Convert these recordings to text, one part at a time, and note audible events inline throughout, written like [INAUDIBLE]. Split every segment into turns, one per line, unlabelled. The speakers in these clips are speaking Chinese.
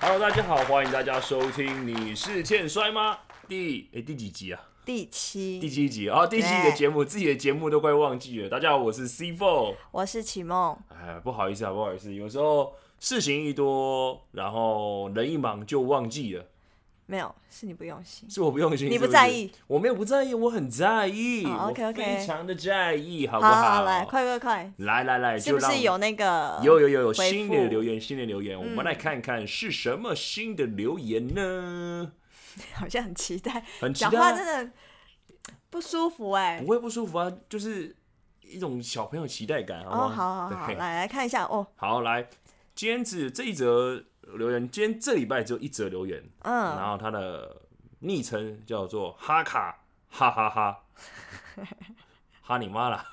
大家好，欢迎大家收听《你是欠摔吗》第诶第几集啊？
第七，
第七集啊、哦第七集的
对
节目，自己的节目都快忘记了。大家好，我是 C Four。
我是启梦，
哎，不好意思啊，不好意思，有时候事情一多，然后人一忙就忘记了，
没有，是你不用心。
是我不用心，
你
是
不
是
在意，
我没有不在意，我很在意、
哦，OK，OK
我非常的在意，好不
好来，快快快，
来来来，
是
就
不
让
是有那个？
有有有有
回
新的
复
留言，新的留言，我们来看看是什么新的留言呢？
[LAUGHS] 好像很期待，
很期
讲话
待
真
啊，
的不舒服哎、
不会不舒服啊，就是一种小朋友期待感，好
哦，好
吗？
好好，
对
来来看一下哦，
好，来，今天只这一则留言，今天这礼拜只有一则留言，然
嗯，
后他的昵称叫做哈卡，哈哈
[LAUGHS]
哈，哈你妈啦，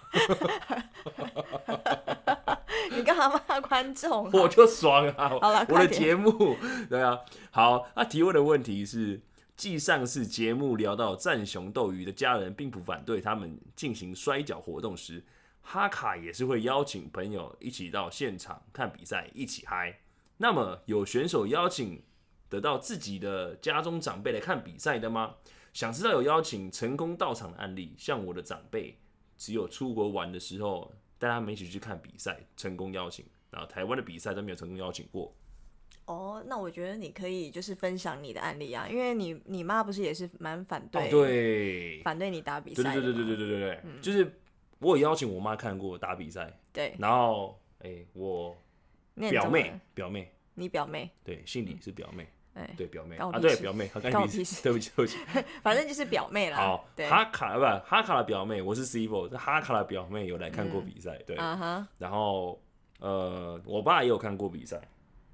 你干嘛骂观众、
我
啊？
就爽啊！
好啦
我的
快点
节目， [LAUGHS] 对啊，好，他提问的问题是。继上次节目聊到战熊斗鱼的家人并不反对他们进行摔跤活动时，哈卡也是会邀请朋友一起到现场看比赛，一起嗨。那么有选手邀请得到自己的家中长辈来看比赛的吗？想知道有邀请成功到场的案例，像我的长辈，只有出国玩的时候带他们一起去看比赛，成功邀请，然后台湾的比赛都没有成功邀请过。
哦，那我觉得你可以就是分享你的案例啊，因为你你妈不是也是蛮反
哦
对，，
对，
反对你打比
对
赛
对
的
对对对
嘛嗯
对对对对，就是我有邀请我妈看过打比赛，
对，
然后哎、我
那你
表
怎么
妹
了，
表妹，
你表妹，
对，姓李是表妹，
哎、
对表妹
关
啊
我，屁
对
事
表妹，啊
关
干
我
你
屁
屁 [LAUGHS]
事
事，对不起对不起，
反正就是表妹啦，
好，
对，啊
哈卡不哈卡的表妹，我是 C o 是哈卡的表妹有来看过
嗯
比赛，
啊
对，
哈，
然后呃，我爸也有看过比赛，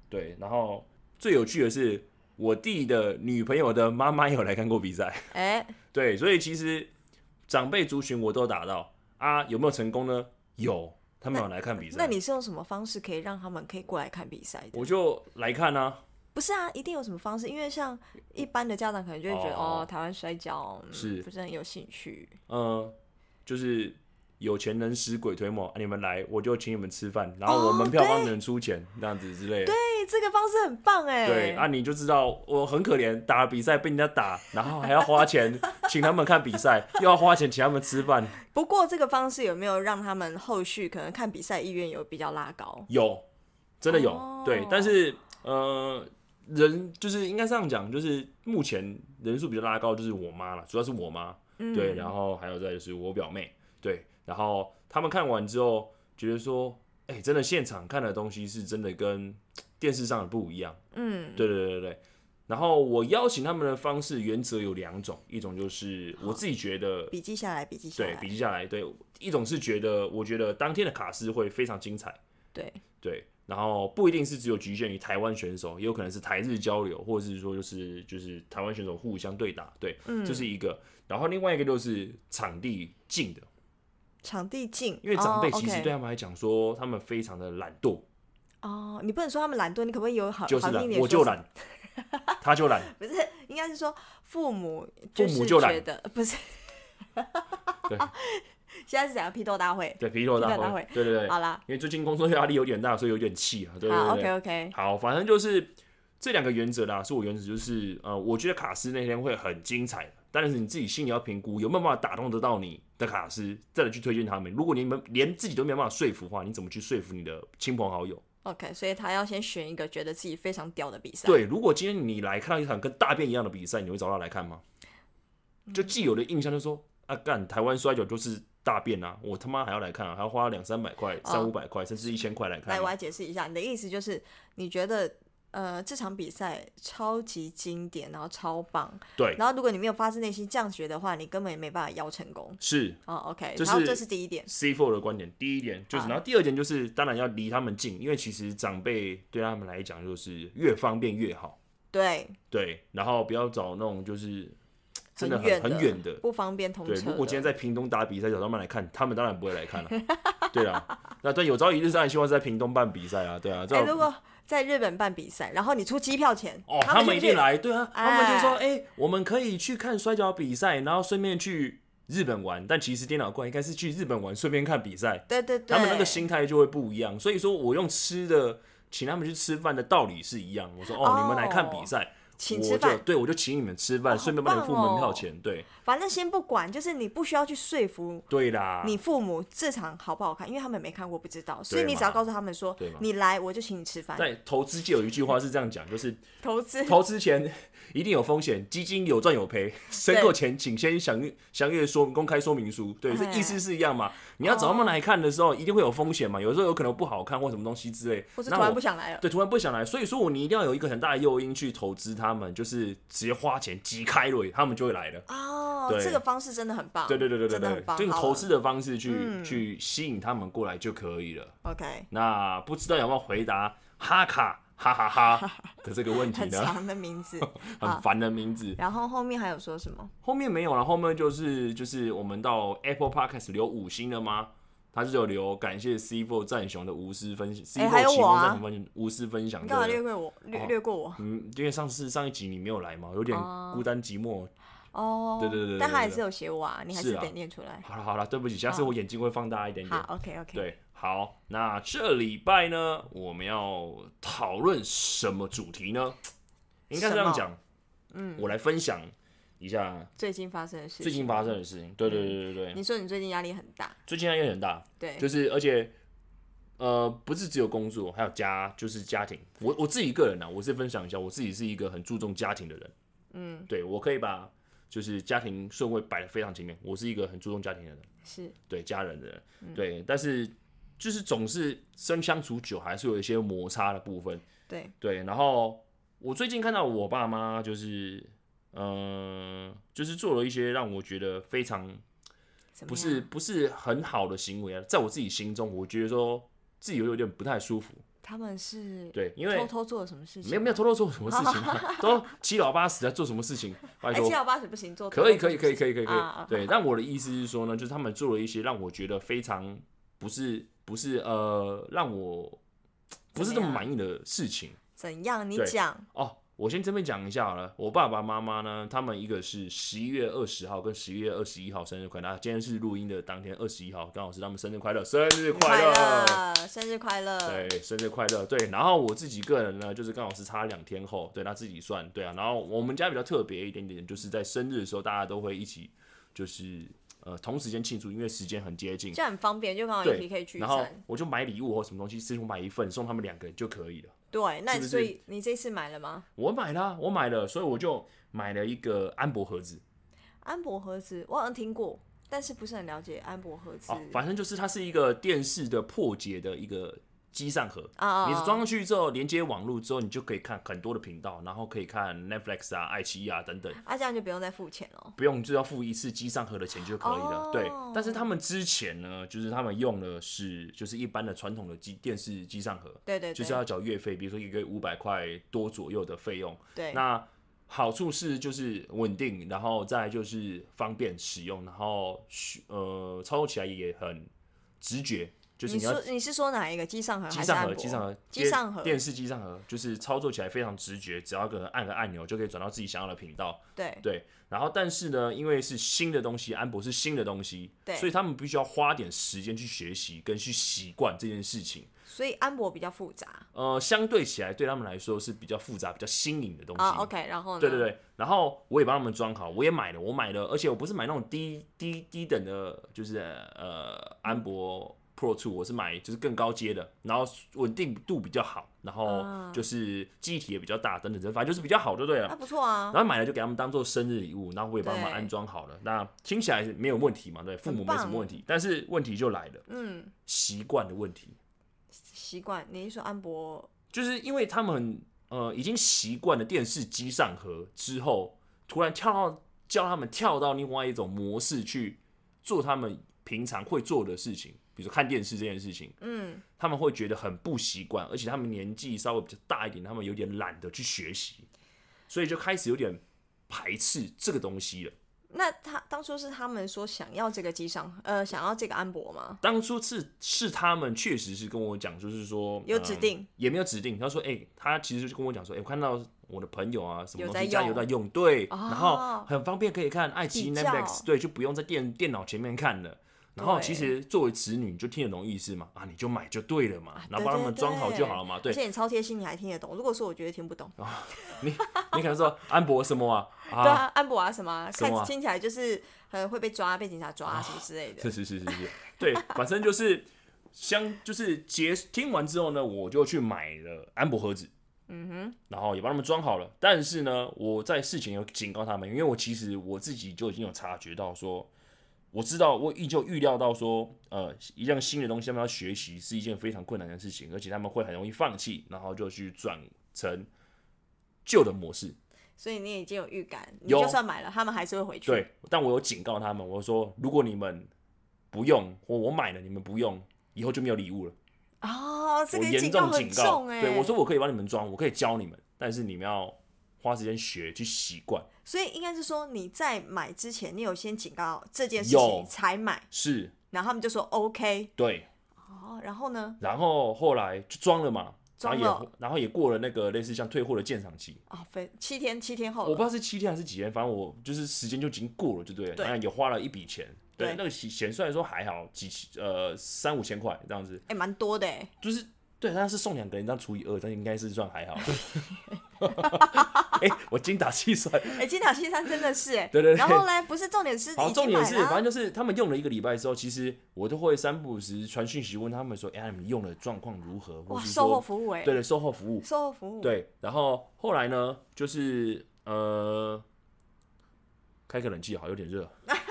对，然后最有趣的是我弟的女朋友的妈妈也有来看过比赛， [LAUGHS]
哎、
对，所以其实长辈族群我都打到啊，有没有成功呢？有，他们有来看比赛，
那你是用什么方式可以让他们可以过来看比赛的？
我就来看啊，
不是啊，一定有什么方式，因为像一般的家长可能就会觉得
哦
哦台湾摔跤、嗯
是
不是很有兴趣？
呃，就是。有钱能使鬼推磨、啊，你们来我就请你们吃饭，然后我门票
哦对
帮你们出钱，这样子之类的。
哎、这个方式很棒哎、
对啊，你就知道我很可怜，打比赛被人家打，然后还要花
[LAUGHS]
钱请他们看比赛，又要花钱请他们吃饭。
不过这个方式有没有让他们后续可能看比赛意愿有比较拉高？
有，真的有，
哦
对，但是呃，人就是应该这样讲，就是目前人数比较拉高，就是我妈了，主要是我妈，
嗯，
对，然后还有再就是我表妹，对，然后他们看完之后觉得说，哎、真的现场看的东西是真的跟电视上的不一样。
嗯，
对对对对对。然后我邀请他们的方式原则有两种，一种就是我自己觉得，
笔记下来，笔记下
对，
来，
笔记下来，对，一种是觉得我觉得当天的卡司会非常精彩，
对
对，然后不一定是只有局限于台湾选手，也有可能是台日交流，或者是说就是就是台湾选手互相对打，对，
嗯
这是一个。然后另外一个就是场地近的，
场地近，
因为长辈其
哦
实
，OK
对他们来讲说，他们非常的懒惰，
哦你不能说他们懒惰，你可不可以有好
就是
好听
懒
一，点？
我就，懒，他就懒，
不是，应该是说父母就
父母
是
就懒
觉得不是，
对
现在是怎样批斗大会？
对，皮肉
皮
大
肉大
会
会，
对对对，
好啦，
因为最近工作压力有点大，所以有点气啊。对对对
好，OK
对
OK，
好反正就是这两个原则啦，是我原则就是呃，我觉得卡斯那天会很精彩的，但是你自己心里要评估有没有办法打动得到你的卡斯，再来去推荐他们。如果你们连自己都没有办法说服的话，你怎么去说服你的亲朋好友？
OK，所以他要先选一个觉得自己非常屌的比赛。，
对，如果今天你来看到一场跟大便一样的比赛，你会找他来看吗？就既有的印象就说啊，干台湾摔跤就是大便啊，我他妈还要来看啊，还要花两三百块、三
哦
五百块，甚至一千块来看
来，
啊。
我来解释一下，你的意思就是你觉得呃这场比赛超级经典，然后超棒，
对，
然后如果你没有发自内心这样觉得的话，你根本也没办法邀成功。
是
哦，OK，
这
然后
是
这是第一点，
C four 的观点，第一点就是，
好
然后第二点就是，当然要离他们近，因为其实长辈对他们来讲就是越方便越好，
对，
对，然后不要找那种就是真的
远
很远的，
不方便通
对。
车的。
如果今天在屏东打比赛，找他们来看，他们当然不会来看了、 [LAUGHS] 对啊，那对有朝一日当然希望是在屏东办比赛啊，对啊，这
哎、
样
如果在日本办比赛，然后你出机票钱，
哦，他们
去
一
不去
定。来，对啊，他们就说，
哎
哎、我们可以去看摔跤比赛，然后顺便去日本玩，但其实颠倒怪应该是去日本玩，顺便看比赛，
对对对，
他们那个心态就会不一样。所以说我用吃的请他们去吃饭的道理是一样。我说哦
哦，
你们来看比赛，
请
我
吃
就
饭，
对我就请你们吃饭，
哦
顺便帮你们付
好棒哦
门票钱。对
反正先不管，就是你不需要去说服
对啦，
你父母这场好不好看，因为他们没看过不知道，所以
对
你
嘛
只要告诉他们说
对嘛，
你来我就请你吃饭，
在投资界有一句话是这样讲，就是
投资
投资前一定有风险，基金有赚有
[LAUGHS]
赔，申购前请先详阅详阅说公开说明书。对，这
哎哦
意思是一样嘛？你要找他们来看的时候，一定会有风险嘛，有时候有可能不好看或什么东西之类。
或是
那
突然
我
不想来了，
对，突然不想来，所以说我你一定要有一个很大的诱因去投资他们，就是直接花钱急开了，他们就会来了。
哦，
对
这个方式真的很棒，
对对对对对
哦真的很
对，
棒，
就你
好
投
了嗯
资的方式去、去吸引他们过来就可以了。
，OK，
那不知道有没有回答哈卡哈哈哈的这个问题
很
呢？
长的名字，
[LAUGHS] 很烦的名字，
然后后面还有说什么？
后面没有了，后面就是就是我们到 Apple Podcast 留五星了吗？他是有留感谢 C Four 战雄的无私分享，C
哎还
Four
有
奇
我
梦
啊
战雄分无私分享。
你干嘛
对
略
不对
过我，略
哦
略过我？
嗯，因为上次上一集你没有来嘛，有点
哦
孤单寂寞。
哦，
对对对对
但
对
他还
对
是有写我啊，你还
是
是
啊
得念出来。
好了好了，对不起，下次我眼睛会放大一点
好
点。
，OK OK，，
对，好，那这礼拜呢，我们要讨论什么主题呢？应该是这样讲，嗯，我来分享一下
最近发生的事，
最近发生，的事
嗯
情。对对对对对
你说你最近压力很大，
最近压力很大，
对，
就是而且呃，不是只有工作，还有家，就是家庭。我我自己个人呢、我是分享一下，我自己是一个很注重家庭的人。嗯，对我可以把就是家庭顺位摆得非常前面，我是一个很注重家庭的人，
是
对家人的人，对，但是就是总是生相处久，还是有一些摩擦的部分。
对，
对，然后我最近看到我爸妈就是。嗯，就是做了一些让我觉得非常
怎么
不是
样
不是很好的行为啊，在我自己心中，我觉得说自己有有点不太舒服。
他们是
对，因为
偷偷做了什么事情？
没有没有，偷偷做什么事情、
[LAUGHS]
啊，都七老八十在做什么事情，拜
哎，七
托。
老八十不行做，
可以可以可以可
以，
以可以可
啊啊
以，对。但我的意思是说呢，就是他们做了一些让我觉得非常不是不是呃让我不是这
怎
么
么样
满意的事情
怎样？你
对
讲
哦。我先这边讲一下好了，我爸爸妈妈呢，他们一个是十一月二十号跟十一月二十一号生日快乐，啊今天是录音的当天二十一号，刚好是他们生日快乐，生日快乐。
[LAUGHS] 乐，生日快乐，
对，生日快乐。对，然后我自己个人呢，就是刚好是差两天后，对，他自己算，对啊。然后我们家比较特别一点点，就是在生日的时候，大家都会一起，就是呃同时间庆祝，因为时间很接近。
这样很方便，就刚好一
对
起可以聚
然后
餐。
我就买礼物或什么东西，师兄买一份送他们两个人就可以了。
对，那
是不
所
是
以你这次买了吗？
我买了啊，我买了，所以我就买了一个安博盒子
安博盒子，我好像听过，但是不是很了解安博盒子
哦，反正就是它是一个电视的破解的一个机上盒。
啊
你装上去之后，连接网络之后，你就可以看很多的频道，然后可以看 Netflix 啊、爱奇艺啊等等。
啊，这样就不用再付钱了。
不用就要付一次机上盒的钱就可以了。
哦
对，但是他们之前呢，就是他们用的是就是一般的传统的机电视机上盒，
对对对，
就是要缴月费，比如说一个月五百块多左右的费用。
对
那好处是就是稳定，然后再就是方便使用，然后需呃操作起来也很直觉，就是
你
要
说你是说哪一个机上盒
机
还是
上
安
盒，
博？
机上盒，
机上盒
电视机上盒，就是操作起来非常直觉，只要个按个按钮就可以转到自己想要的频道。
对
对，然后但是呢，因为是新的东西，安博是新的东西，
对
所以他们必须要花点时间去学习跟去习惯这件事情。
所以安博比较复杂
呃，相对起来对他们来说是比较复杂、比较新颖的东西。
啊。OK，然后呢？
对对对，然后我也帮他们装好，我也买了，我买了，而且我不是买那种低低低等的，就是呃安博 Pro Two，我是买就是更高阶的，然后稳定度比较好，然后就是记忆体也比较大，等等等，反正就是比较好就对了
那、。不错啊啊，
然后买了就给他们当做生日礼物，然后我也帮他们
对
安装好了。那听起来是没有问题嘛？对，父母没什么
很棒
问题，但是问题就来了，
嗯，
习惯的问题，
习惯。你是说安博？
就是因为他们呃已经习惯了电视机上盒之后，突然跳到叫他们跳到另外一种模式去做他们平常会做的事情，比如说看电视这件事情，
嗯，
他们会觉得很不习惯，而且他们年纪稍微比较大一点，他们有点懒得去学习，所以就开始有点排斥这个东西了。
那他当初是他们说想要这个机上，呃，想要这个安博吗？
当初是是他们确实是跟我讲，就是说
有指定
嗯也没有指定。他说，哎、他其实就跟我讲说，哎、我看到我的朋友啊，什么
有
东
在
西家
用
有在用，对，
哦
然后很方便可以看爱奇艺
比较
Netflix，对，就不用在电电脑前面看了。然后
对
其实作为子女，你就听得懂意思嘛，啊，你就买就对了
啊
嘛，然后帮他们装好就好了嘛。
而
对啊
且你超贴心，你还听得懂。如果说我觉得听不懂，
你，你可能说安博什
[LAUGHS]
么啊？
对
啊，
啊，安博啊什么啊，
什么啊
看听起来就是呃会被抓、被警察抓、啊、什么之类的
是。是是是 [LAUGHS] 是，对，反正就是相就是结听完之后呢，我就去买了安博盒子，嗯哼，然后也帮他们装好了。但是呢，我在事前有警告他们，因为我其实我自己就已经有察觉到说，我知道我依旧预料到说，呃，一样新的东西他们要学习是一件非常困难的事情，而且他们会很容易放弃，然后就去转成旧的模式。
所以你已经有预感，你
有
就算买了，他们还是会回去。
对，但我有警告他们，我说如果你们不用，或我买了你们不用，以后就没有礼物了。
哦，这
我
个
严
告
重
很
警告，
重哎、
对我说我可以帮你们装，我可以教你们，但是你们要花时间学去习惯。
所以应该是说你在买之前，你有先警告这件事
有
情才买，
是，
然后他们就说 OK
对。
哦，然后呢？
然后后来就装了嘛，然
装
后也
了
然后也过了那个类似像退货的鉴赏期，
哦，分七天，七天后
我不
了
知道是七天还是几天，反正我就是时间就已经过了，就对了。
对
那也花了一笔钱，对，
对
那个钱虽然说还好，几呃三五千块这样子，
哎，蛮、多的哎、
就是对，但是送两个人，这样除以二，这样应该是算还好。
[LAUGHS]
[LAUGHS] 哎、我精打细算。
哎、金塔西山真的是哎、
对对对
然后呢，不是重点是已经买
好，
了啊，
重点是，反正就是他们用了一个礼拜之后，其实我都会三不五时传讯息问他们说：“哎、你们用的状况如何？”或
哇，
是
售后
说，
服务哎、
对对，售后服务，
售后服务，
对。然后后来呢，就是呃，开个冷气好，有点热。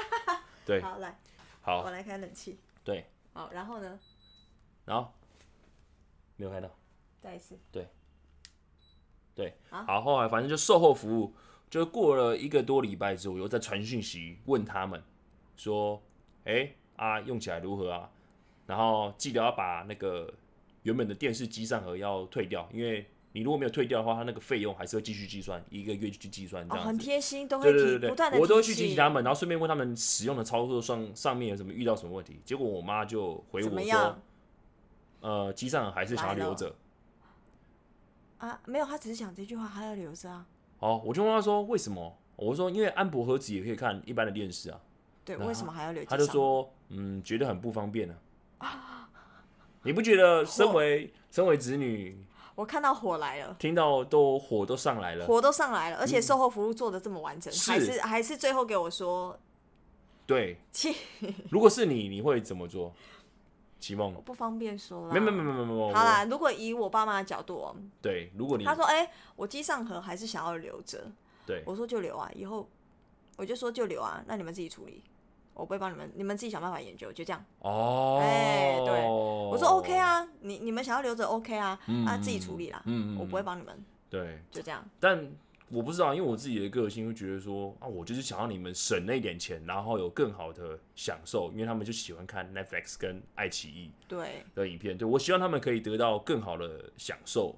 [LAUGHS]
对，
好来，我
好，
来开冷气，
对，
好，然后呢，
然后没有开到。
再一次，
对，
好
好，后来反正就售后服务，就过了一个多礼拜之后，我又再传讯息问他们说，哎、啊，用起来如何啊？然后记得要把那个原本的电视机上盒要退掉，因为你如果没有退掉的话，它那个费用还是会继续计算，一个月去计算这
哦，
样子。
很贴心，都会
对
提
对对
不断的
对，我都会去提醒他们，然后顺便问他们使用的操作上上面有什么遇到什么问题。结果我妈就回
怎
我
么
说
样，
呃，机上盒还是想要
来了
留着。
啊，没有，他只是讲这句话，他要留着啊。
哦，我就问他说为什么？我说因为安博盒子也可以看一般的电视啊。
对，
然后
为什么还要留？
他就，说嗯，觉得很不方便啊。你不觉得身为身为子女，
我看到火来了，
听到都火都上来了？
火都上来了，而且售后服务做的这么完整，
嗯是
还是还是最后给我说，
对，
其
如果是你，你会怎么做？齐梦
我，不方便说啦。
没没没没没没，我嗯
好啦，如果以我爸妈的角度哦，
对，如果你
他说：“哎、我机上盒还是想要留着。
对”
我说：“就留啊，以后我就说就留啊，那你们自己处理，我不会帮你们，你们自己想办法研究，就这样。
哦，
哎对我说 OK，啊，你你们想要留着 OK 啊，啊自己处理啦，
嗯，嗯
我不会帮你们，
对，
就这样。
但我不知道，因为我自己的个性会觉得说啊，我就是想要你们省那一点钱，然后有更好的享受，因为他们就喜欢看 Netflix 跟爱奇艺
对，
的影片，对我希望他们可以得到更好的享受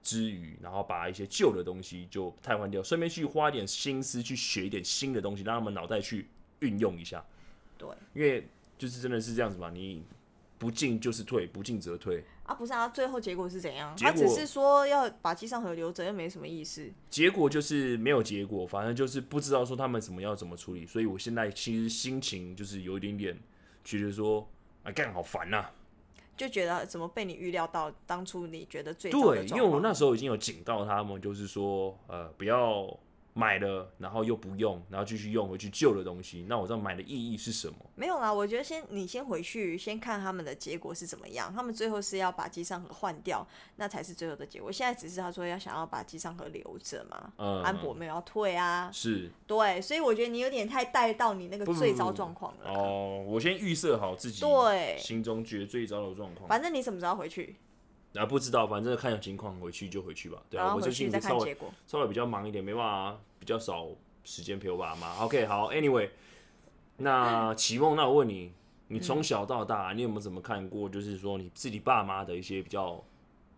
之余，然后把一些旧的东西就替换掉，顺便去花一点心思去学一点新的东西，让他们脑袋去运用一下，
对
因为就是真的是这样子嘛，你不进就是退，不进则退。
啊，不是啊，最后结果是怎样？
结
他只
果
是说要把机上盒留着，又没什么意思。
结果就是没有结果，反正就是不知道说他们怎么要怎么处理，所以我现在其实心情就是有一点点觉得说，啊，干好烦呐、
就觉得怎么被你预料到，当初你觉得最糟的
对，因
状
为我
况
那时候已经有警告他们，就是说，呃，不要买了，然后又不用，然后继续用回去旧的东西，那我这样买的意义是什么？
没有啦，我觉得先你先回去先看他们的结果是怎么样，他们最后是要把机上盒换掉，那才是最后的结果。现在只是他说要想要把机上盒留着嘛，
嗯
安博没有要退啊，
是
对，所以我觉得你有点太带到你那个
不不
最
不
糟
不
状况了啦。
哦，我先预设好自己
对
心中觉得最糟的状况，
反正你什么时候回去，
啊，不知道，反正看情况回去就回去吧。对
然
啊，
后
我
回
最
去
近
再
稍
看
微
结果。
稍微比较忙一点，没办法，比较少时间陪我爸妈。OK，好，Anyway，那
[LAUGHS]
启梦，那我问你，你从小到大，你有没有怎么看过，就是说你自己爸妈的一些比较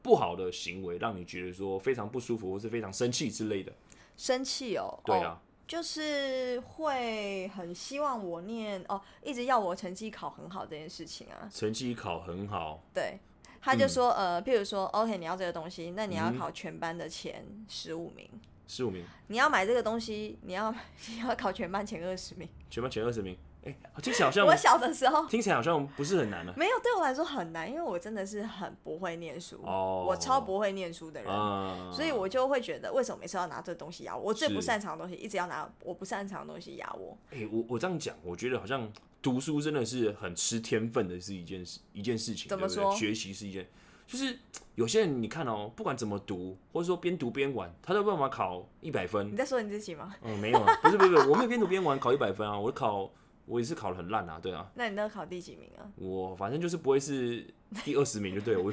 不好的行为，让你觉得说非常不舒服，或是非常生气之类的？
生气哦，
对
哦
啊，
就是会很希望我念哦，一直要我成绩考很好这件事情啊，
成绩考很好，
对，他
嗯
就说、呃，譬如说，OK，你要这个东西，那你要考全班的前十五名；
十五名，
[LAUGHS] 你要买这个东西，你要你要考全班前二十名。
全班前二十名，哎、听起来好像
我小的时候
听起来好像不是很难啊。
没有，对我来说很难，因为我真的是很不会念书，
哦
我超不会念书的人。
啊，
所以我就会觉得，为什么每次要拿这东西压我？我最不
是
擅长的东西，一直要拿我不擅长的东西压我。
哎、我我这样讲，我觉得好像读书真的是很吃天分的，是一件事一件事情。
怎么
对不对
说
学习是一件，就是有些人你看哦，不管怎么读，或者说边读边玩，他都有办法考一百分
[LAUGHS] 你。在说你自己吗？
嗯，没有啊，不是不是不是，我没有边读边玩考一百分啊，我考我也是考的很烂啊，对啊，
那你那个考第几名啊？
我反正就是不会是第二十名就对了，我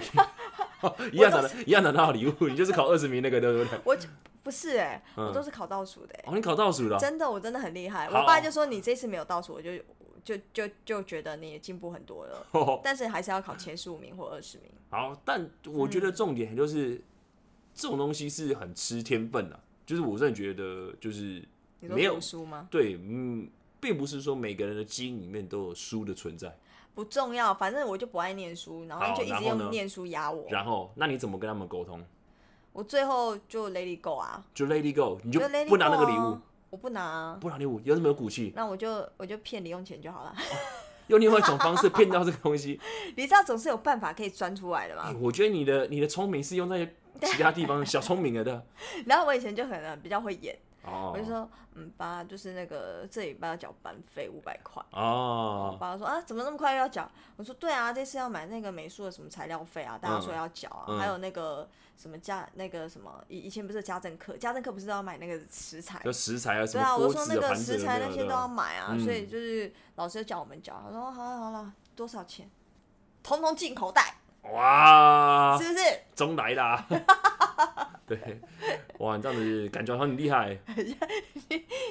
[LAUGHS] 一样拿到一样拿到礼物，你就是考二十名那个对不对？
我就不是哎、
嗯
我都是考倒数的、欸
哦，你考倒数了啊，
真的，我真的很厉害。
好
我爸就说你这次没有倒数，我就就就就觉得你进步很多了，但是还是要考前十五名或二十名。
好，但我觉得
嗯
重点就是、这种东西是很吃天分的、就是我真的觉得就是
你说
没有
读书吗？
对，嗯，并不是说每个人的基因里面都有书的存在。
不重要，反正我就不爱念书，然后
好
就一
然
直
后呢
用念书压我。
然后，那你怎么跟他们沟通？
我最后就 Lady Go 啊，
就 Lady Go，你就
Lady
不拿那个
Go
礼
啊
物，，
我不拿、啊。
不拿礼物，有什么有骨气？
那我就我就骗零用钱就好
哦
了，
用另外一种方式骗到这个东
[LAUGHS]
西。
你知道总是有办法可以钻出来的
哎
嘛。
我觉得你的你的聪明是用在其他地方，小聪明了的。
然后我以前就可能比较会演，
哦
我就说，嗯，爸，就是那个这礼拜要缴班费五百块。我
哦，
爸说啊，怎么那么快又要缴？我说对啊，这次要买那个美术的什么材料费啊，大家说要缴啊，
嗯
还有那个什么家那个什么，以以前不是有家政课，家政课不是都要买那个食材？
就食材啊，什
对
么
啊，
锅
我就说那
子啊、
个
盘子啊
食材
对
那
啊
些都
对
要
啊。
买啊，
嗯
所以就是老师就叫我们缴，他说好了好了，多少钱？统统进口袋，
哇，
是不是？ [LAUGHS]
中来啦！ [LAUGHS] 对，哇，你这样子感觉好像很厉害、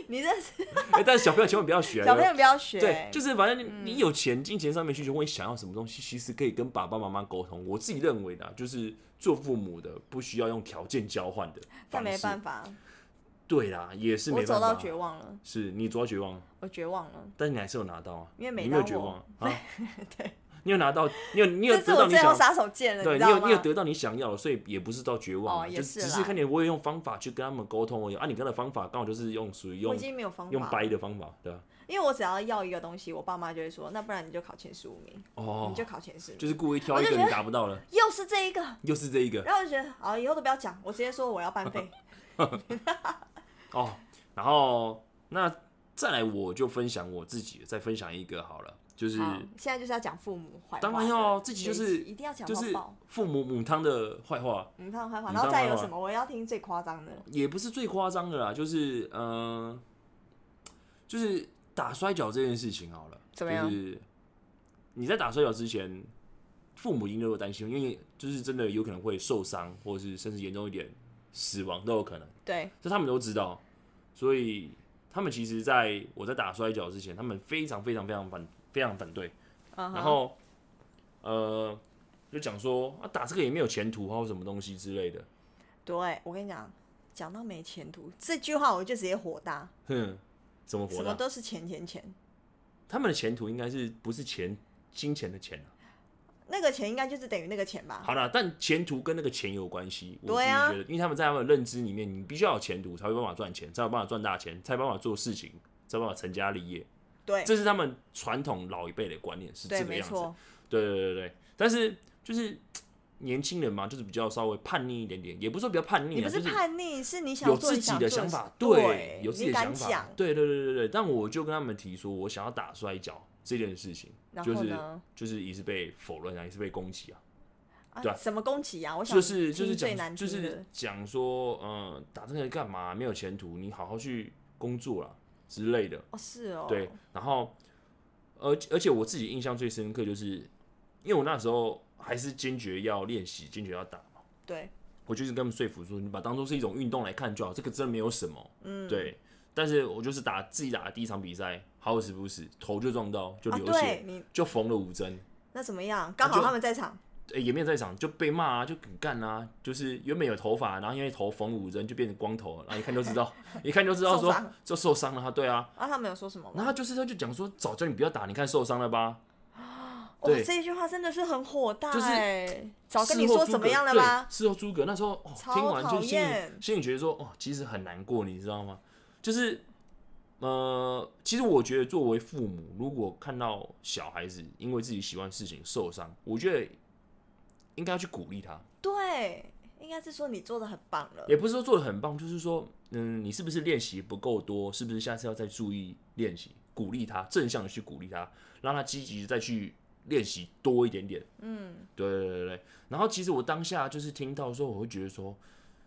你这是
哎，但是小朋友千万不要学啊。
小朋友不要学，欸嗯
对，就是反正你你有钱、金钱上面需求，或你想要什么东西，其实可以跟爸爸妈妈沟通。我自己认为的，就是做父母的不需要用条件交换的方
但没
式。
办法，
对啦，也是
我
没
走
办法
到
啊。
绝望了，
是你走到绝望，
我绝望了。
但是你还是有拿到啊，
因为每
你没有
当
绝
我
望啊。
[LAUGHS]
你有拿到，你有你有
这是
得到
我
你
最后
想
杀手锏了，
对你
知道
有
吗
你有？得到你想要的，所以也不是到绝望，啊
哦
就
也是
只
啦
是看你我有用方法去跟他们沟通而已。啊，你跟他的方法刚好就是用属于
我
用
已经没有方法
用
了
掰的方法，对啊吧？
因为我只要要一个东西，我爸妈就会说，那不然你就考前十五名，
哦
你，就考前十名，
就是故意挑一
我
个
就
你达不到的，
又是这一个，
又是这一个
然后我就觉得好，以后都不要讲，我直接说我要办费，
哦。然后那再来，我就分享我自己的，再分享一个好了， [LAUGHS] 就是
好，现在就是要讲父母坏话，
当然要自己就
有一
是
集一定要讲
就
到
是
爆，
父母母汤的坏话，
你看坏话，
你
然
看坏
后再有
话
什么，我要听最夸张的，
也不是最夸张的啦，就是嗯、呃就是打摔跤这件事情好了，
怎么样
就是你在打摔跤之前，父母一定都有担心，因为就是真的有可能会受伤，或者是甚至严重一点死亡都有可能，
对，
这他们都知道，所以他们其实在我在打摔跤之前，他们非常非常非常反非常反对，
然
然后呃就讲说啊打这个也没有前途啊或什么东西之类的，
对我跟你讲，讲到没前途这句话，我就直接火大，
哼，怎么活
什
的
么？都是钱钱钱，
他们的前途应该是不是钱金钱的钱、啊、
那个钱应该就是等于那个钱吧？
好啦，但前途跟那个钱有关系，我自
对
己
啊
觉得，因为他们在他们的认知里面，你必须要有前途才有办法赚钱，才有办法赚大钱，才有办法做事情，才有办法成家立业，
对，
这是他们传统老一辈的观念是
对，
这个
没
样子。
错，
对对对对对，但是就是嘖年轻人嘛，就是比较稍微叛逆一点点，也不是说比较叛逆
你
啊，
不
就是
叛逆，是你想
有
做
自
你
己
想
的
做
想
的事
法，
对，
有自己
你
的
敢
想法
讲，，
对对对对对。但我就跟他们提说，我想要打摔跤这件事情，
然
就
后
是
呢
就是也是被否认啊，也是被攻击啊，
啊
对啊
什么攻击啊？我想
就是就是
听最
讲
难
就
听
是
的，
讲说，嗯、打这个干嘛？没有前途，你好好去工作啦之类的。
哦，是哦，
对，然后，而而且我自己印象最深刻就是，因为我那时候还是坚决要练习，坚决要打嘛，
对，
我就是跟他们说服说，你把当做是一种运动来看就好，这个真的没有什么，嗯，对。但是我就是打自己打的第一场比赛，好死不死头就撞到，就
啊，
流血，
对你
就缝了五针。
那怎么样？刚
就
好他们在场，
欸、也没有在场就被骂啊，就梗干啊，就是原本有头发，然后因为头缝五针就变成光头了，然后一看就知
[LAUGHS]
道，一看就知道
受
说
伤
就受伤了啊，对啊，
啊，他们有说什么
然
吗？
后他就是他就讲说，早叫你不要打，你看受伤了吧，
哇，
对
这一句话真的是很火大
就是
哎，早跟你
事后
说
诸
怎么
葛
样了
对
吧？
事后诸葛那时候、哦、
超
听完就
讨
心里
厌
心里觉得说，哦，其实很难过，你知道吗？就是呃，其实我觉得作为父母，如果看到小孩子因为自己喜欢的事情受伤，我觉得应该要去鼓励他，
对，应该是说你做的很棒了。
也不是说做的很棒，就是说，嗯，你是不是练习不够多？是不是下次要再注意练习？鼓励他，正向的去鼓励他，让他积极的再去练习多一点点。
嗯，
对对对对。然后其实我当下就是听到的时候，我会觉得说，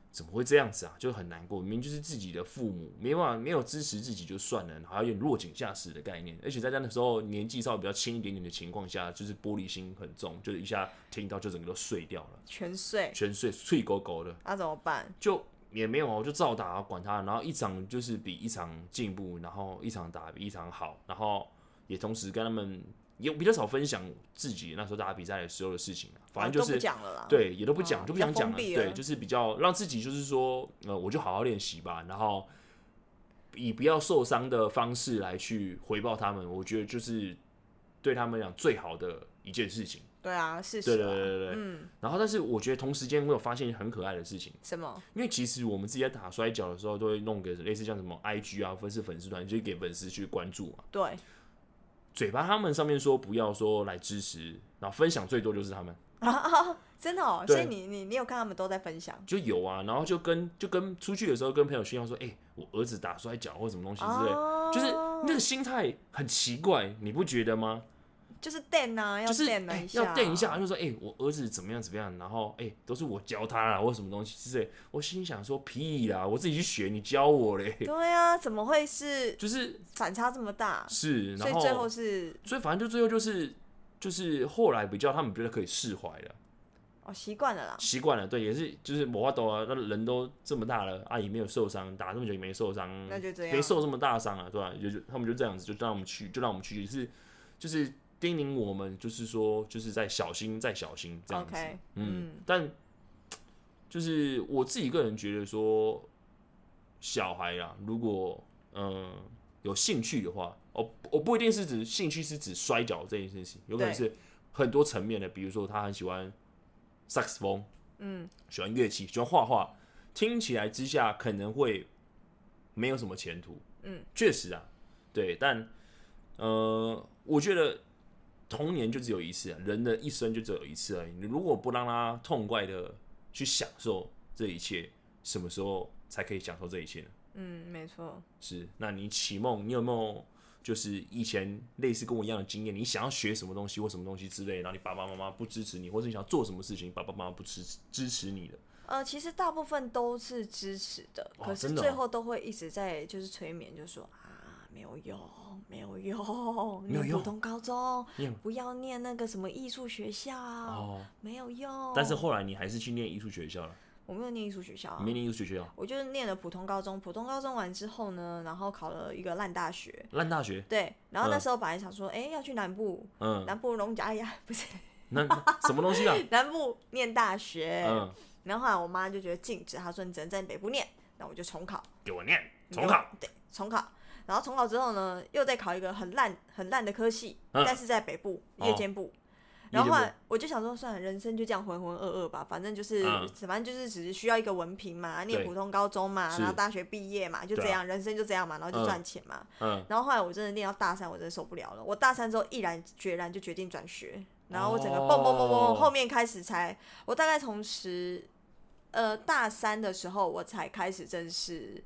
怎么会这样子啊？就很难过，明明就是自己的父母，没办法没有支持自己就算了，还有点落井下石的概念。而且在那个时候年纪稍微比较轻一点点的情况下，就是玻璃心很重，就是一下听到就整个都碎掉了，
全碎，
全碎碎狗狗的。
那、怎么办？
就也没有啊，我就照打，管他。然后一场就是比一场进步，然后一场打比一场好，然后也同时跟他们也比较少分享自己那时候打比赛的时候的事情啊反正就
哦都不
是。
讲了啦。，
对，也都不讲，
哦
就不想讲
比较封闭了
对，就是比较让自己，就是说，呃，我就好好练习吧，然后以不要受伤的方式来去回报他们，我觉得就是对他们讲最好的一件事情。
对啊，事实、啊。
对对对对对。
嗯，
然后，但是我觉得同时间我有发现很可爱的事情，
什么？
因为其实我们自己在打摔跤的时候，都会弄个类似像什么 IG 啊，或是粉丝团，就是给粉丝去关注嘛。
对，
嘴巴他们上面说不要说来支持，然后分享最多就是他们
真的哦。
对
所以你你你有看他们都在分享
就有啊，然后就跟就跟出去的时候跟朋友炫耀说，哎、我儿子打摔跤或什么东西之类，
哦，
就是那个心态很奇怪，你不觉得吗？
就是电啊，要
就是
电了
哎
一下，啊
要电一下，就说哎、我儿子怎么样怎么样，然后哎、都是我教他啦，或什么东西之类，我心想说屁啦，我自己去学，你教我嘞，
对啊，怎么会是
就是
反差这么大？
是，
所
然
以
后
最后是
所以反正就最后就是就是后来比较他们觉得可以释怀了，
哦习惯了啦，
习惯了，对，也是就是魔法斗啊，那人都这么大了，阿姨没有受伤，打这么久也没受伤，
那就这样
没受这么大伤啊，对吧、也就他们就这样子，就让我们去，就让我们去，也是就是叮咛我们，就是说就是在小心，再小心这样子
OK，
嗯
嗯，
但就是我自己个人觉得说，小孩啊，如果嗯有兴趣的话，哦，我不一定是指兴趣是指摔跤这件事情，有可能
对
是很多层面的，比如说他很喜欢萨克斯风，
嗯，
喜欢乐器，喜欢画画，听起来之下可能会没有什么前途，
嗯，
确实啊，对，但呃，我觉得童年就只有一次、啊，人的一生就只有一次而已。你如果不让他痛快的去享受这一切，什么时候才可以享受这一切呢？
嗯，没错。
是，那你启梦，你有没有就是以前类似跟我一样的经验？你想要学什么东西或什么东西之类，然后你爸爸妈妈不支持你，或者你想要做什么事情，爸爸妈妈不支持支持你的？
呃，其实大部分都是支持的，
哇
可是
真的
最
哦
后都会一直在就是催眠，就说啊没有用，没有用，
没有
念普
用
通高中
你有
不要念那个什么艺术学校，
哦，
没有用。
但是后来你还是去念艺术学校了，
我没有念艺术学校、啊
你，没念艺术学校，
我就是念了普通高中，普通高中完之后呢，然后考了一个烂大学，
烂大学，
对，然后那
嗯
时候本来想说，哎、要去南部，
嗯，
南部农家，哎呀，不是
那什么东
[LAUGHS]
西啊？
南部念大学，
嗯，
然后后来我妈就觉得禁止，她说你只能在北部念，那我就重考，
给我念重考，
对，重考。然后重考之后呢，又再考一个很烂很烂的科系，
嗯
但是在北部
哦
夜间部。然后后来我就想说，算了，人生就这样浑浑噩噩吧，反正就是，
嗯
反正就是只是需要一个文凭嘛，念
对
普通高中嘛，
是
然后大学毕业嘛，就
对啊
这样，人生就这样嘛，然后就
嗯
赚钱嘛。
嗯，
然后后来我真的念到大三，我真的受不了了。我大三之后毅然决然就决定转学，然后我整个
哦
蹦蹦蹦蹦蹦，后面开始才，我大概从十，呃，大三的时候我才开始正式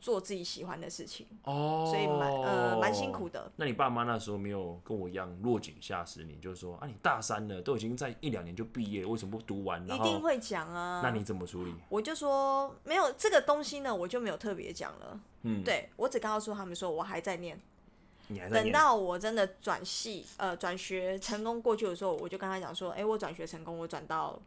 做自己喜欢的事情，
哦，
所以蛮呃蛮辛苦的。
那你爸妈那时候没有跟我一样落井下石你，就说啊，你大三了，都已经在一两年就毕业了，为什么不读完？
一
然
定
后，
会讲啊。
那你怎么处理？
我就说没有这个东西呢，我就没有特别讲了。
嗯，，
对我只告诉他们说我还在念，
你还在
等
念，
到我真的转系，呃，转学成功过去的时候，我就跟他讲说，哎、我转学成功，我转到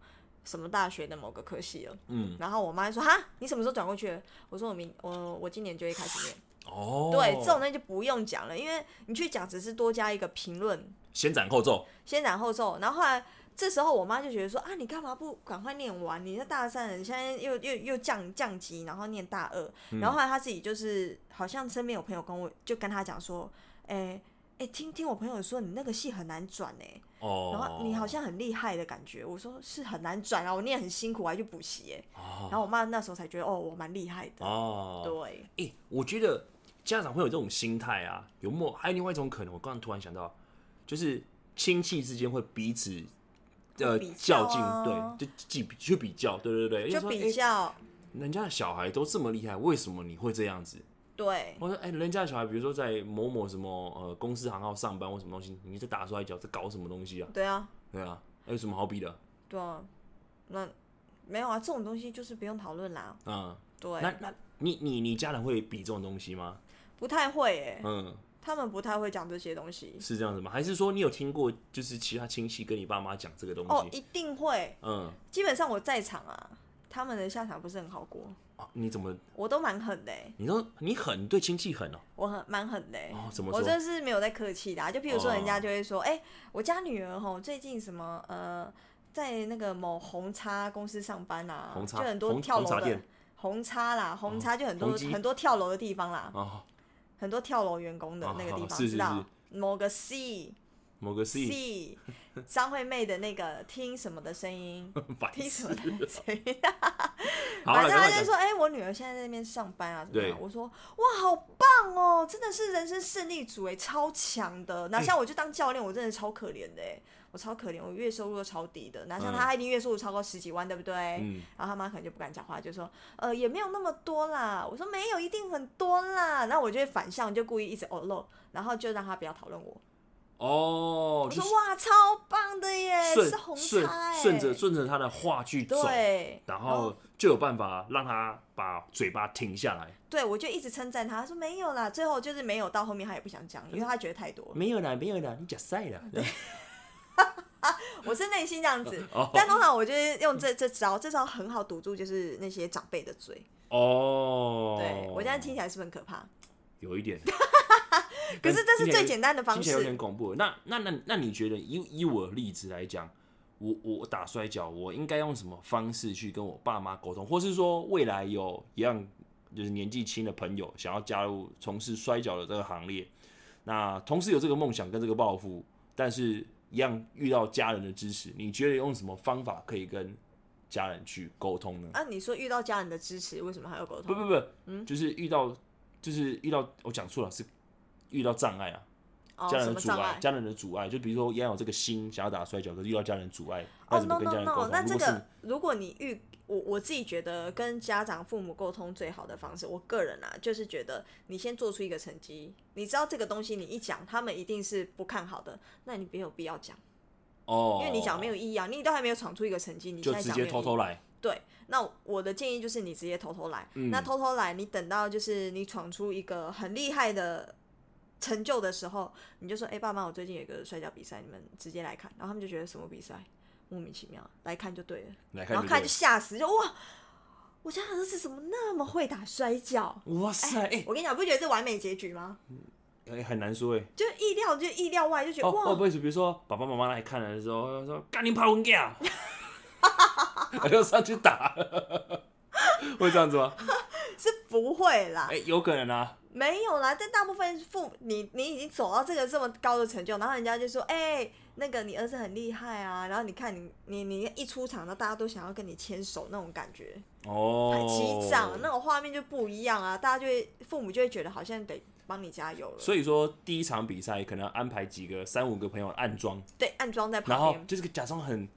什么大学的某个科系了。
嗯，
然后我妈就说，哈，你什么时候转过去的？我说我明，我我今年就会开始念。
哦，
对，这种东西就不用讲了，因为你去讲只是多加一个评论，
先斩后奏，
先斩后奏。然后后来这时候我妈就觉得说，啊，你干嘛不赶快念完？你是大三了，你现在又又又降降级，然后念大二。然
嗯
后后来她自己就是好像身边有朋友跟我就跟她讲说，哎、哎、听听我朋友说你那个戏很难转哎、
哦，
然后你好像很厉害的感觉。我说是很难转啊，我念很辛苦，我还去补习哎。
哦
然后我妈那时候才觉得哦，我蛮厉害的。
哦，
对，
哎、我觉得家长会有这种心态啊。有没还有另外一种可能？我刚刚突然想到，就是亲戚之间会彼此呃
会比较
较劲，
啊
对，就比去比较，对对对，因为
就
说
比
诶
较、
人家的小孩都这么厉害，为什么你会这样子？
对，
我说，哎、人家的小孩，比如说在某某什么呃公司行号上班或什么东西，你在打摔跤，在搞什么东西啊？
对啊，
对啊，有什么好比的？
对啊，那没有啊，这种东西就是不用讨论啦。
嗯，那
对，
那你你你家人会比这种东西吗？
不太会诶、
嗯，
他们不太会讲这些东西。
是这样子吗？还是说你有听过就是其他亲戚跟你爸妈讲这个东
哦，
西？
一定会。
嗯、
基本上我在场啊，他们的下场不是很好过，
啊，你怎么？
我都蛮狠的、欸，
你说你狠，你对亲戚狠哦、
我很蛮狠的、欸。
哦，怎么
我
说？哦
真的是没有在客气的、啊，就譬如说，人家就会说，哎、我家女儿吼最近什么呃，在那个某红叉公司上班啊，
红
就
叉
很多
红
跳楼
红茶
的
店哦
红叉啦，红叉就很多、
红基
很多跳楼的地方啦，
哦，
很多跳楼员工的那个地
哦
方，
是
知道
是
某个 C
某个 C，
C [LAUGHS] 张惠妹的那个听什么的
[LAUGHS]
声音，
[LAUGHS] 白
听
痴
什么的声音。
好
反
了，
正
赶
他
快
就
讲。
说：“哎、我女儿现在在那边上班啊，怎么
对？”
样我说：“哇，好棒哦，真的是人生胜利组哎，超强的。哪像我就当教练，我真的超可怜的哎，我超可怜，我月收入都超低的。哪像
嗯
他，他一定月收入超过十几万，对不对？
嗯，
然后他妈可能就不敢讲话，就说：呃，也没有那么多啦。我说没有，一定很多啦。然后我就会反向，就故意一直哦漏，然后就让他不要讨论我。
哦，
我
就
说
是
哇，超棒的耶，
顺
是红
顺
叉哎，
顺着顺着他的话去走，
对，
然后就有办法让他把嘴巴停下来。
对，我就一直称赞他，他说没有啦，最后就是没有，到后面他也不想讲，
嗯
因为他觉得太多
[LAUGHS]
了。
没有啦，没有啦，你假赛啦。，
我是内心这样子
哦
但通常我就是用这这招，这招很好堵住就是那些长辈的嘴。
哦，
对我现在听起来是不是很可怕？
有一点，
[LAUGHS] 可是这是最
简
简单的方
听起来有点
式。
恐怖。那那那那你觉得以以我的例子来讲，我我打摔跤，我应该用什么方式去跟我爸妈沟通，或是说未来有一样就是年纪轻的朋友想要加入从事摔跤的这个行列，那同时有这个梦想跟这个抱负，但是一样遇到家人的支持，你觉得用什么方法可以跟家人去沟通呢？
啊，你说遇到家人的支持，为什么还要沟
不
通？
不不，就是遇到就是遇到我讲错了，是遇到障碍啊。
哦，
家
什
人
么
的阻
障
碍
碍，？
家人的阻碍，就比如说一样有这个心想要打摔跤，可是遇到家人阻碍，那
哦
怎
，no
么跟家
no
人沟通
no，？那
如
这
果
个
是
如果你遇我我自己觉得跟家长父母沟通最好的方式，我个人啊就是觉得你先做出一个成绩，你知道这个东西你一讲，他们一定是不看好的，那你没有必要讲，
哦，
因为你讲没有意义啊，你都还没有闯出一个成绩，你现
就
在
直
讲没
接
有
偷
意义。
偷来，
对，那我的建议就是你直接偷偷来，
嗯
那偷偷来，你等到就是你闯出一个很厉害的。成就的时候，你就说：“哎、爸妈，我最近有一个摔跤比赛，你们直接来看。”然后他们就觉得什么比赛莫名其妙，来看就对了。
来
然
看
后
就
看
对
就吓死，就哇，我家儿子怎么那么会打摔跤？
了。哇塞，哎
我跟你讲，不觉得这完美结局吗？
哎，很难说哎。
就意料就意料外，就觉得、
哦，会
哇，
不会是比如说爸爸妈妈来看的时候，说干你怕文
[LAUGHS]
干，我就上去打，会这样子吗？ [LAUGHS]
是不会啦，
哎，有可能啊。
没有啦。但大部分父你你已经走到这个这么高的成就，然后人家就说，哎、那个你儿子很厉害啊，然后你看你你你一出场，那大家都想要跟你牵手那种感觉，
哦，
击掌那种画面就不一样啊，大家就会父母就会觉得好像得帮你加油了，
所以说第一场比赛可能安排几个三五个朋友暗装，
对，暗装在
然
旁
后
边，
就是假装很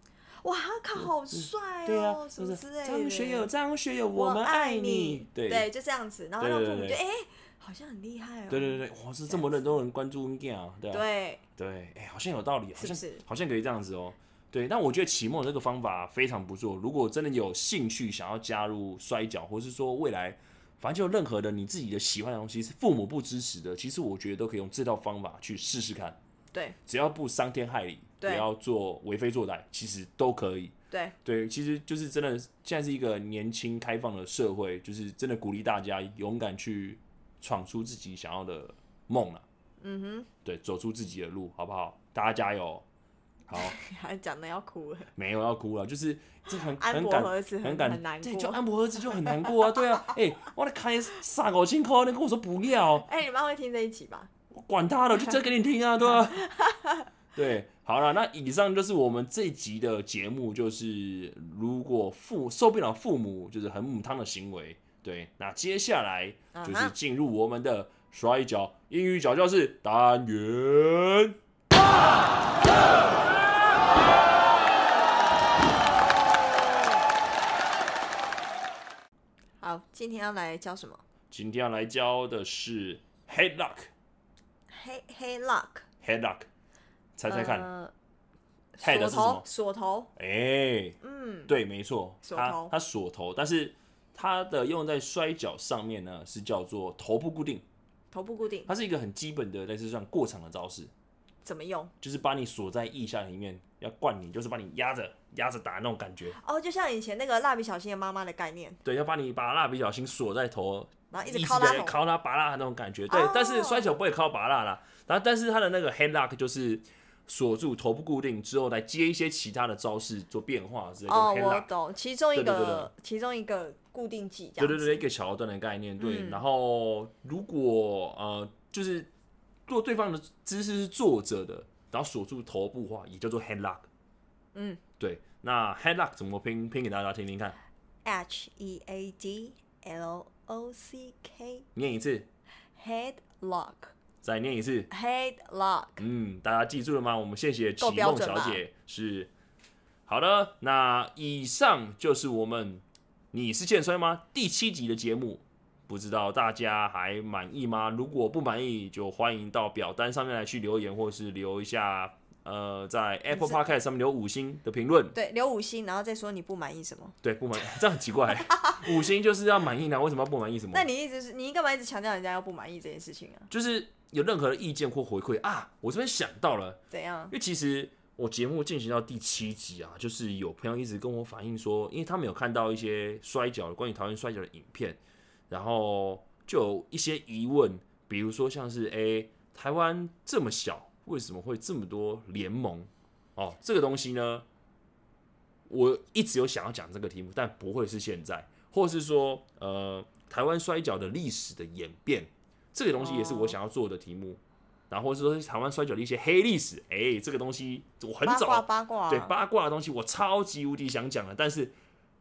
哇，他看好帅
对
哦，
啊，
什么之类的。
张学友，张学友，
我
们爱
你，
对
就这样子，然后
对
让
对
父母
对
就
对
哎、好像很厉害哦，
对对对，哇，是这么多人都能关注 n g 啊，对啊，
对
对，哎，好像有道理，好像
是不是
好像可以这样子哦。对，但我觉得期末这个方法非常不错。如果真的有兴趣想要加入摔跤，或是说未来，反正就任何的你自己的喜欢的东西是父母不支持的，其实我觉得都可以用这套方法去试试看，
对
只要不伤天害理，不
对
要做为非作歹，其实都可以。
对 [LAUGHS]
对，其实就是真的，现在是一个年轻开放的社会，就是真的鼓励大家勇敢去闯出自己想要的梦了。嗯哼，对，走出自己的路，好不好？大家加油！好，
还讲的要哭了，
没有要哭了，就是这很
安
很
博
感
盒子
很
很
感
难
对，就
过。
安博盒子就很难过啊，对啊，哎、我的开撒狗千块，你跟我说不要，
哎、你妈会听这一集吧？
我管他的，就真给你听啊，对
[LAUGHS]
啊，对，好了，那以上就是我们这集的节目，就是如果父受不了
嗯
父母就是很母汤的行为，对，那接下来就是进入我们的摔一跤，英语小教室单元。
好，今天要来教什么？
今天要来教的是 headlock。
黑黑 lock，
headlock，猜猜看，
呃
泰的
锁
是什么
头，锁头，
哎、
嗯，
对，没错，
锁
它
头
它锁头，但是它的用在摔跤上面呢，是叫做头部固定，
头部固定
它是一个很基本的类似像过场的招式，
怎么用？
就是把你锁在腋下里面，要灌你，就是把你压着压着打那种感觉，
哦，就像以前那个蜡笔小新的妈妈的概念，
对，要把你把蜡笔小新锁在头，
然后一直
一
敲
直
拉
在
头，
敲他拔蜡那种感觉，对，
哦
但是摔跤不会敲拔蜡啦，然后但是他的那个 headlock 就是。锁住头部固定之后，来接一些其他的招式做变化之类的
哦，
headlock。
我懂，其中
对
一
对对
个，其中一个固定技，
对
这样
对
子
对，一个桥段的概念。对，
嗯
然后如果呃，就是如果对方的姿势是坐着的，然后锁住头部的话，也叫做 headlock。
嗯，
对。那 headlock 怎么拼？拼给大家听听看，
H E A D L O C K
念一次，
head lock
再念一次。
head lock，
嗯，大家记住了吗？我们谢谢启
够标
梦
准
小
吧
姐是。好的，那以上就是我们你是欠摔吗第七集的节目，不知道大家还满意吗？如果不满意，就欢迎到表单上面来去留言，或是留一下呃在 Apple Podcast 上面留五星的评论。
对，留五星，然后再说你不满意什么。
对，不满这样很奇怪，五星就是要满意呢，为什么要不满意什么？
[LAUGHS] 那你一直是你干嘛一直强调人家要不满意这件事情啊？
就是有任何的意见或回馈啊，我这边想到了。
怎样
因？为其实我节目进行到第七集啊，就是有朋友一直跟我反映说，因为他们有看到一些摔跤的关于桃园摔跤的影片，然后就有一些疑问，比如说像是诶，台湾这么小，为什么会这么多联盟？哦，这个东西呢，我一直有想要讲这个题目，但不会是现在，或是说呃，台湾摔跤的历史的演变，这个东西也是我想要做的题目。然后或是说台湾摔跤的一些黑历史，哎、这个东西我很
八卦
早
八卦啊，
对八卦的东西，我超级无敌想讲的，但是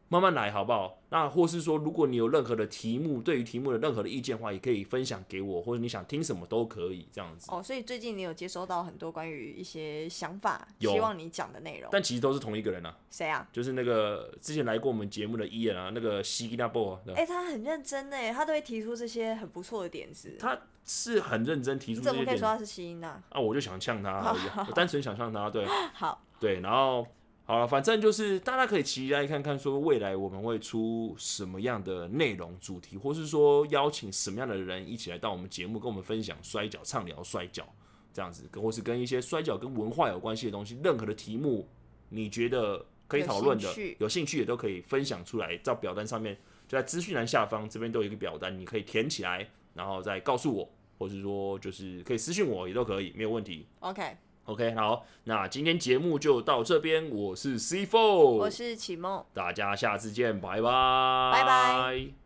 慢慢来好不好？那或是说，如果你有任何的题目，对于题目的任何的意见的话，也可以分享给我，或者你想听什么都可以这样子。
哦，所以最近你有接收到很多关于一些想法，
有
希望你讲的内容。
但其实都是同一个人啊，
谁啊？
就是那个之前来过我们节目的伊人啊，那个西吉那波，
哎、他很认真哎，他都会提出这些很不错的点子。
他是很认真提
你
出这
怎
些
么可以
点
说他是吸音呢？
啊，我就想呛他而已
[LAUGHS]
啊，我单纯想呛他，对。
好，
对，然后好了，反正就是大家可以期待看看，说未来我们会出什么样的内容主题，或是说邀请什么样的人一起来到我们节目，跟我们分享摔跤、畅聊摔跤这样子，或是跟一些摔跤跟文化有关系的东西，任何的题目你觉得可以讨论的
有兴趣，
有兴趣也都可以分享出来，到表单上面，就在资讯栏下方这边都有一个表单，你可以填起来，然后再告诉我。或是说，就是可以私信我也都可以，没有问题。
OK，
OK，好，那今天节目就到这边，我是 C
我
Four，
是启梦。
大家下次见，拜拜，
拜拜。